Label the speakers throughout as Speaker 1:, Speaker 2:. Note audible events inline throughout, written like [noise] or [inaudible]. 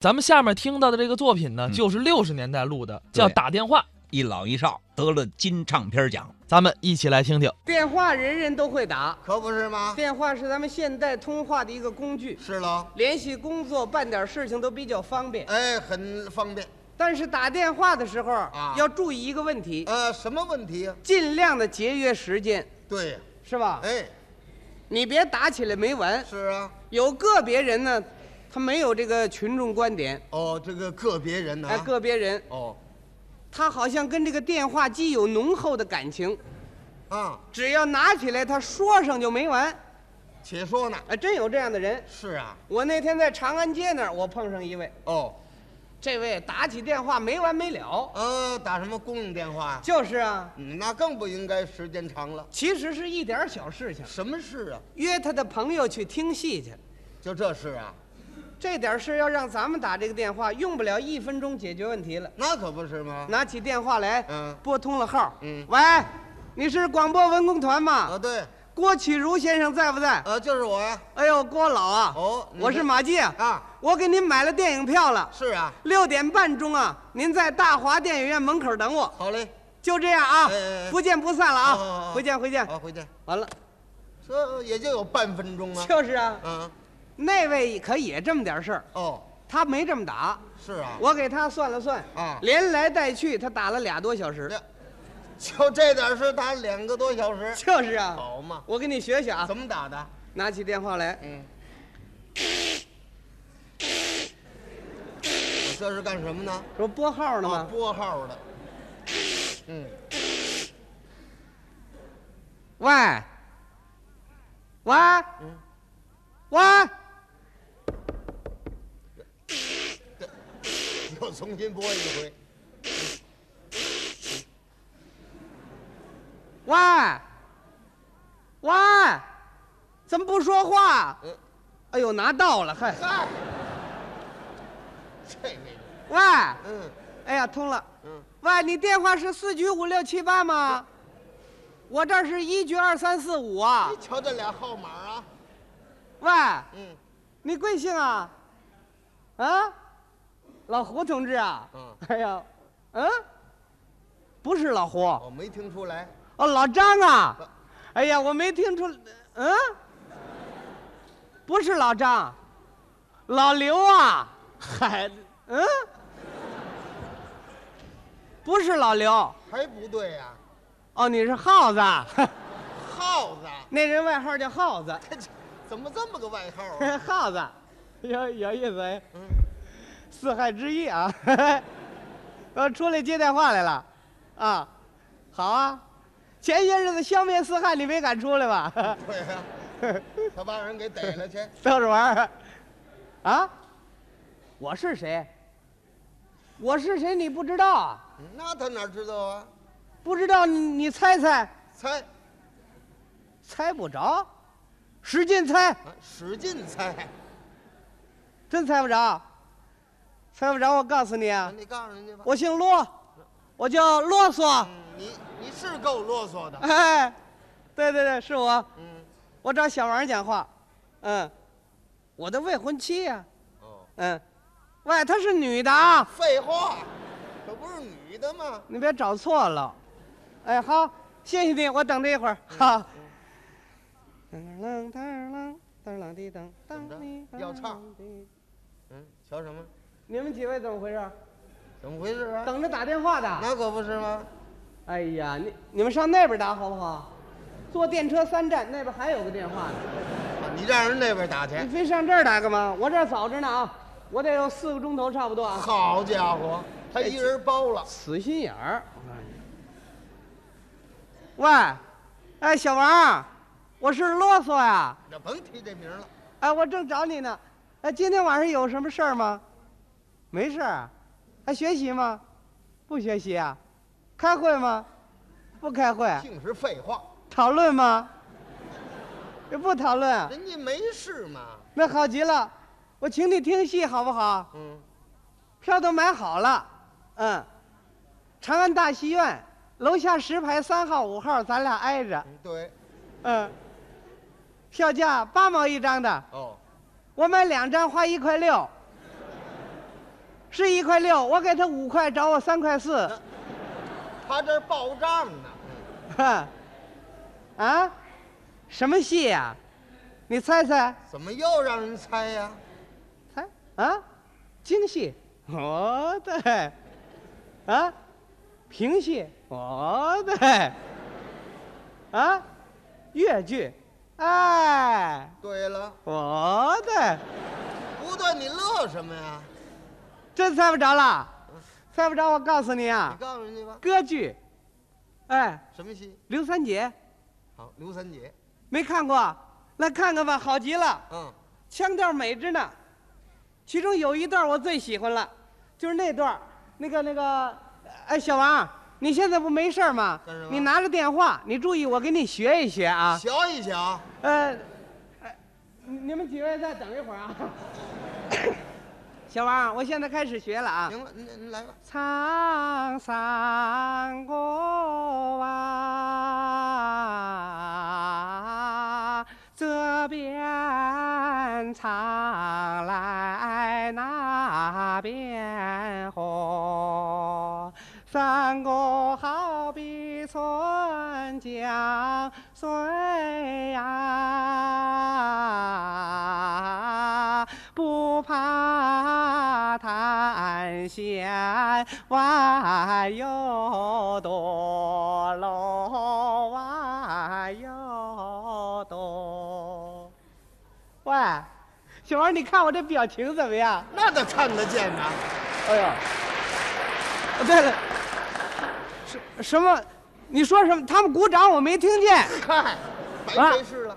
Speaker 1: 咱们下面听到的这个作品呢，
Speaker 2: 嗯
Speaker 1: 就是六十年代录的，叫《
Speaker 2: 对
Speaker 1: 打电话》，
Speaker 2: 一老一少得了金唱片奖。
Speaker 1: 咱们一起来听听。
Speaker 3: 电话人人都会打，
Speaker 4: 可不是吗？
Speaker 3: 电话是咱们现代通话的一个工具，
Speaker 4: 是喽，
Speaker 3: 联系工作、办点事情都比较方便。
Speaker 4: 哎，很方便。
Speaker 3: 但是打电话的时候
Speaker 4: 啊
Speaker 3: 要注意一个问题，
Speaker 4: 呃，什么问题呀、
Speaker 3: 尽量的节约时间，
Speaker 4: 对呀，
Speaker 3: 是吧？
Speaker 4: 哎，
Speaker 3: 你别打起来没完。
Speaker 4: 是啊。
Speaker 3: 有个别人呢，他没有这个群众观点，
Speaker 4: 哦，这个个别人呢、
Speaker 3: 哎，个别人
Speaker 4: 哦，
Speaker 3: 他好像跟这个电话机有浓厚的感情，
Speaker 4: 啊，
Speaker 3: 只要拿起来他说上就没完。
Speaker 4: 且说呢。
Speaker 3: 哎，真有这样的人。
Speaker 4: 是啊。
Speaker 3: 我那天在长安街那儿，我碰上一位，
Speaker 4: 哦，
Speaker 3: 这位打起电话没完没了。
Speaker 4: 呃，打什么公用电话呀、
Speaker 3: 就是啊，
Speaker 4: 嗯那更不应该，时间长了。
Speaker 3: 其实是一点儿小事情，
Speaker 4: 什么事啊？
Speaker 3: 约他的朋友去听戏去，
Speaker 4: 就这事啊？
Speaker 3: 这点事要让咱们打这个电话，用不了一分钟解决问题了。
Speaker 4: 那可不是吗？
Speaker 3: 拿起电话来，
Speaker 4: 嗯
Speaker 3: 拨通了号，
Speaker 4: 嗯
Speaker 3: 喂，你是广播文工团吗？
Speaker 4: 啊，对，
Speaker 3: 郭启儒先生在不在？
Speaker 4: 呃，就是我呀、
Speaker 3: 哎呦，郭老啊，
Speaker 4: 哦你
Speaker 3: 我是
Speaker 4: 是
Speaker 3: 马季啊，
Speaker 4: 啊，
Speaker 3: 我给您买了电影票了，
Speaker 4: 是啊。
Speaker 3: 六点半钟啊，您在大华电影院门口等我，
Speaker 4: 好嘞。
Speaker 3: 就这样啊，
Speaker 4: 哎哎哦哎
Speaker 3: 不见不散了啊，
Speaker 4: 好好好
Speaker 3: 回见回见，
Speaker 4: 好，回见。
Speaker 3: 完了，
Speaker 4: 这也就有半分钟啊。
Speaker 3: 就是啊，
Speaker 4: 嗯，
Speaker 3: 那位可也这么点事儿。
Speaker 4: 哦，
Speaker 3: 他没这么打，
Speaker 4: 是啊。
Speaker 3: 我给他算了算
Speaker 4: 啊
Speaker 3: 连来带去他打了俩多小时。
Speaker 4: 这，就这点事打两个多小时，
Speaker 3: 就是啊，
Speaker 4: 好嘛？
Speaker 3: 我给你学学啊，
Speaker 4: 哦怎么打的？
Speaker 3: 拿起电话来，
Speaker 4: 嗯，我这是干什么呢？
Speaker 3: 说拨号呢
Speaker 4: 啊，
Speaker 3: 吗？
Speaker 4: 拨号的。嗯，
Speaker 3: 喂，喂，
Speaker 4: 嗯
Speaker 3: 喂，
Speaker 4: 又重新拨一回。
Speaker 3: 喂，喂，怎么不说话？
Speaker 4: 嗯，
Speaker 3: 哎呦，拿到了，嗨，
Speaker 4: 嗨，这位，
Speaker 3: 喂，
Speaker 4: 嗯
Speaker 3: 哎呀，通了。
Speaker 4: 嗯，
Speaker 3: 喂，你电话是四局五六七八吗？我这儿是一局二三四五啊
Speaker 4: 你。瞧这俩号码啊，
Speaker 3: 喂，
Speaker 4: 嗯
Speaker 3: 你贵姓啊？啊，老胡同志啊？
Speaker 4: 嗯
Speaker 3: 哎呀，嗯，不是老胡，
Speaker 4: 我没听出来。
Speaker 3: 哦，老张啊。哎呀，我没听出，嗯，不是老张，老刘啊。嗨，嗯，不是老刘。
Speaker 4: 还不对啊呀、
Speaker 3: 哦，你是耗子， [laughs]
Speaker 4: 耗子，
Speaker 3: 那人外号叫耗子， [laughs]
Speaker 4: 这这怎么这么个外号 [laughs] 啊？
Speaker 3: 耗子，有有意思哎，
Speaker 4: 嗯，
Speaker 3: 四害之一啊。 [laughs] 呃，出来接电话来了，啊，好啊，前些日子消灭四害，你没敢出来吧？ [laughs]
Speaker 4: 对呀、他把人给逮 [laughs] 了去。
Speaker 3: 逗着玩儿，啊，我是谁？我是谁？你不知道啊？
Speaker 4: 那他哪知道啊？
Speaker 3: 不知道你你猜猜，
Speaker 4: 猜，啊
Speaker 3: 猜不着，使劲猜。
Speaker 4: 啊使劲猜。
Speaker 3: 真猜不着，猜不着。我告诉你
Speaker 4: 啊
Speaker 3: 啊，
Speaker 4: 你告诉人家吧。
Speaker 3: 我姓骆，我叫啰嗦。
Speaker 4: 嗯你你是够啰嗦的。
Speaker 3: 哎，对对对，是我，
Speaker 4: 嗯，
Speaker 3: 我找小王讲话。嗯，我的未婚妻呀、
Speaker 4: 哦，
Speaker 3: 嗯，喂，她是女的啊，
Speaker 4: 废话，可不是女的吗？
Speaker 3: 你别找错了。哎，好，谢谢你，我等这一会儿。好。噔噔噔噔噔噔滴噔
Speaker 4: 怎么着
Speaker 3: 噔滴
Speaker 4: 嗯要唱
Speaker 3: 噔滴
Speaker 4: 嗯，瞧什么？
Speaker 3: 你们几位怎么回事？
Speaker 4: 怎么回事啊？
Speaker 3: 等着打电话的。
Speaker 4: 那可不是吗？
Speaker 3: 哎呀，你你们上那边打好不好？坐电车三站，那边还有个电话呢。
Speaker 4: 啊你让人那边打去
Speaker 3: 你。非上这儿打干嘛？我这儿早着呢啊，我得有四个钟头差不多啊。
Speaker 4: 好家伙，
Speaker 3: 哎
Speaker 4: 他一人包了。
Speaker 3: 死心眼儿。喂，哎，小王，我是啰嗦呀。
Speaker 4: 那甭提这名了。
Speaker 3: 哎，我正找你呢。哎，今天晚上有什么事儿吗？没事儿啊。还学习吗？不学习啊。开会吗？不开会。
Speaker 4: 净是废话。
Speaker 3: 讨论吗？ [laughs] 不讨论啊。
Speaker 4: 人家没事嘛。
Speaker 3: 那好极了，我请你听戏好不好？
Speaker 4: 嗯，
Speaker 3: 票都买好了，嗯，长安大戏院楼下十排三号五号，咱俩挨着，
Speaker 4: 嗯对。
Speaker 3: 嗯，票价八毛一张的，
Speaker 4: 哦，
Speaker 3: 我买两张花一块六，是一块六，我给他五块，找我三块四，
Speaker 4: 他这儿报账呢。
Speaker 3: 哼，嗯啊，什么戏呀、你猜猜，
Speaker 4: 怎么又让人猜呀？
Speaker 3: 猜啊，京戏，哦对，啊，评戏，哦对，啊，越剧，哎，
Speaker 4: 对了，
Speaker 3: 哦对，
Speaker 4: 不对，你乐什么呀？
Speaker 3: 真猜不着了，猜不着，我告诉你啊
Speaker 4: 你，告诉人家吧，
Speaker 3: 歌剧，哎，
Speaker 4: 什么戏？
Speaker 3: 刘三姐
Speaker 4: 好，刘三姐。
Speaker 3: 没看过，来看看吧，好极了。
Speaker 4: 嗯，
Speaker 3: 腔调美着呢。其中有一段我最喜欢了，就是那段儿那个那个，哎，小王，你现在不没事儿吗
Speaker 4: 干什么？
Speaker 3: 你拿着电话，你注意，我给你学一学啊。
Speaker 4: 嗯瞧一瞧，
Speaker 3: 呃，哎你你们几位再等一会儿
Speaker 4: [laughs]
Speaker 3: 啊。小王，我现在开始学了啊。
Speaker 4: 行了，您您来吧。
Speaker 3: 唱山歌啊，这边唱来那边和，山歌好比春江水呀、不怕滩线弯又多，楼弯又多。喂，小王，你看我这表情怎么样？
Speaker 4: 那倒看得见呐。
Speaker 3: 哎呀， [laughs] 对了，什什么？你说什么？他们鼓掌我没听见，
Speaker 4: 嗨，白费事了。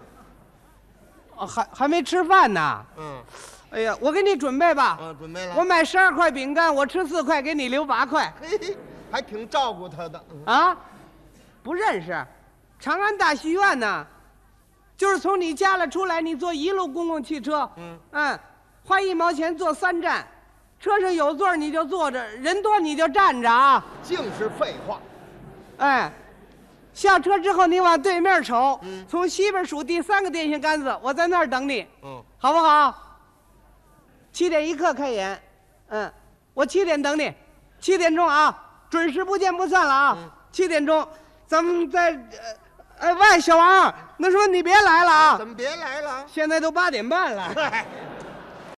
Speaker 3: 哦、还还没吃饭呢。嗯
Speaker 4: 嗯，
Speaker 3: 哎呀，我给你准备吧。
Speaker 4: 啊，准备了。
Speaker 3: 我买十二块饼干，我吃四块，给你留八块
Speaker 4: 嘿嘿，还挺照顾他的。嗯
Speaker 3: 啊！不认识，长安大戏院呢，就是从你家里出来，你坐一路公共汽车，
Speaker 4: 嗯
Speaker 3: 嗯，花一毛钱坐三站，车上有座儿你就坐着，人多你就站着啊，
Speaker 4: 净是废话。
Speaker 3: 哎。下车之后，你往对面瞅，
Speaker 4: 嗯
Speaker 3: 从西边数第三个电线杆子，我在那儿等你。
Speaker 4: 嗯，
Speaker 3: 好不好？七点一刻开演，嗯，我七点等你，七点钟啊，准时不见不散了啊！
Speaker 4: 嗯
Speaker 3: 七点钟，咱们在，呃哎喂，小王，那什么你别来了啊！
Speaker 4: 怎么别来了？
Speaker 3: 现在都八点半了，
Speaker 4: 嗨，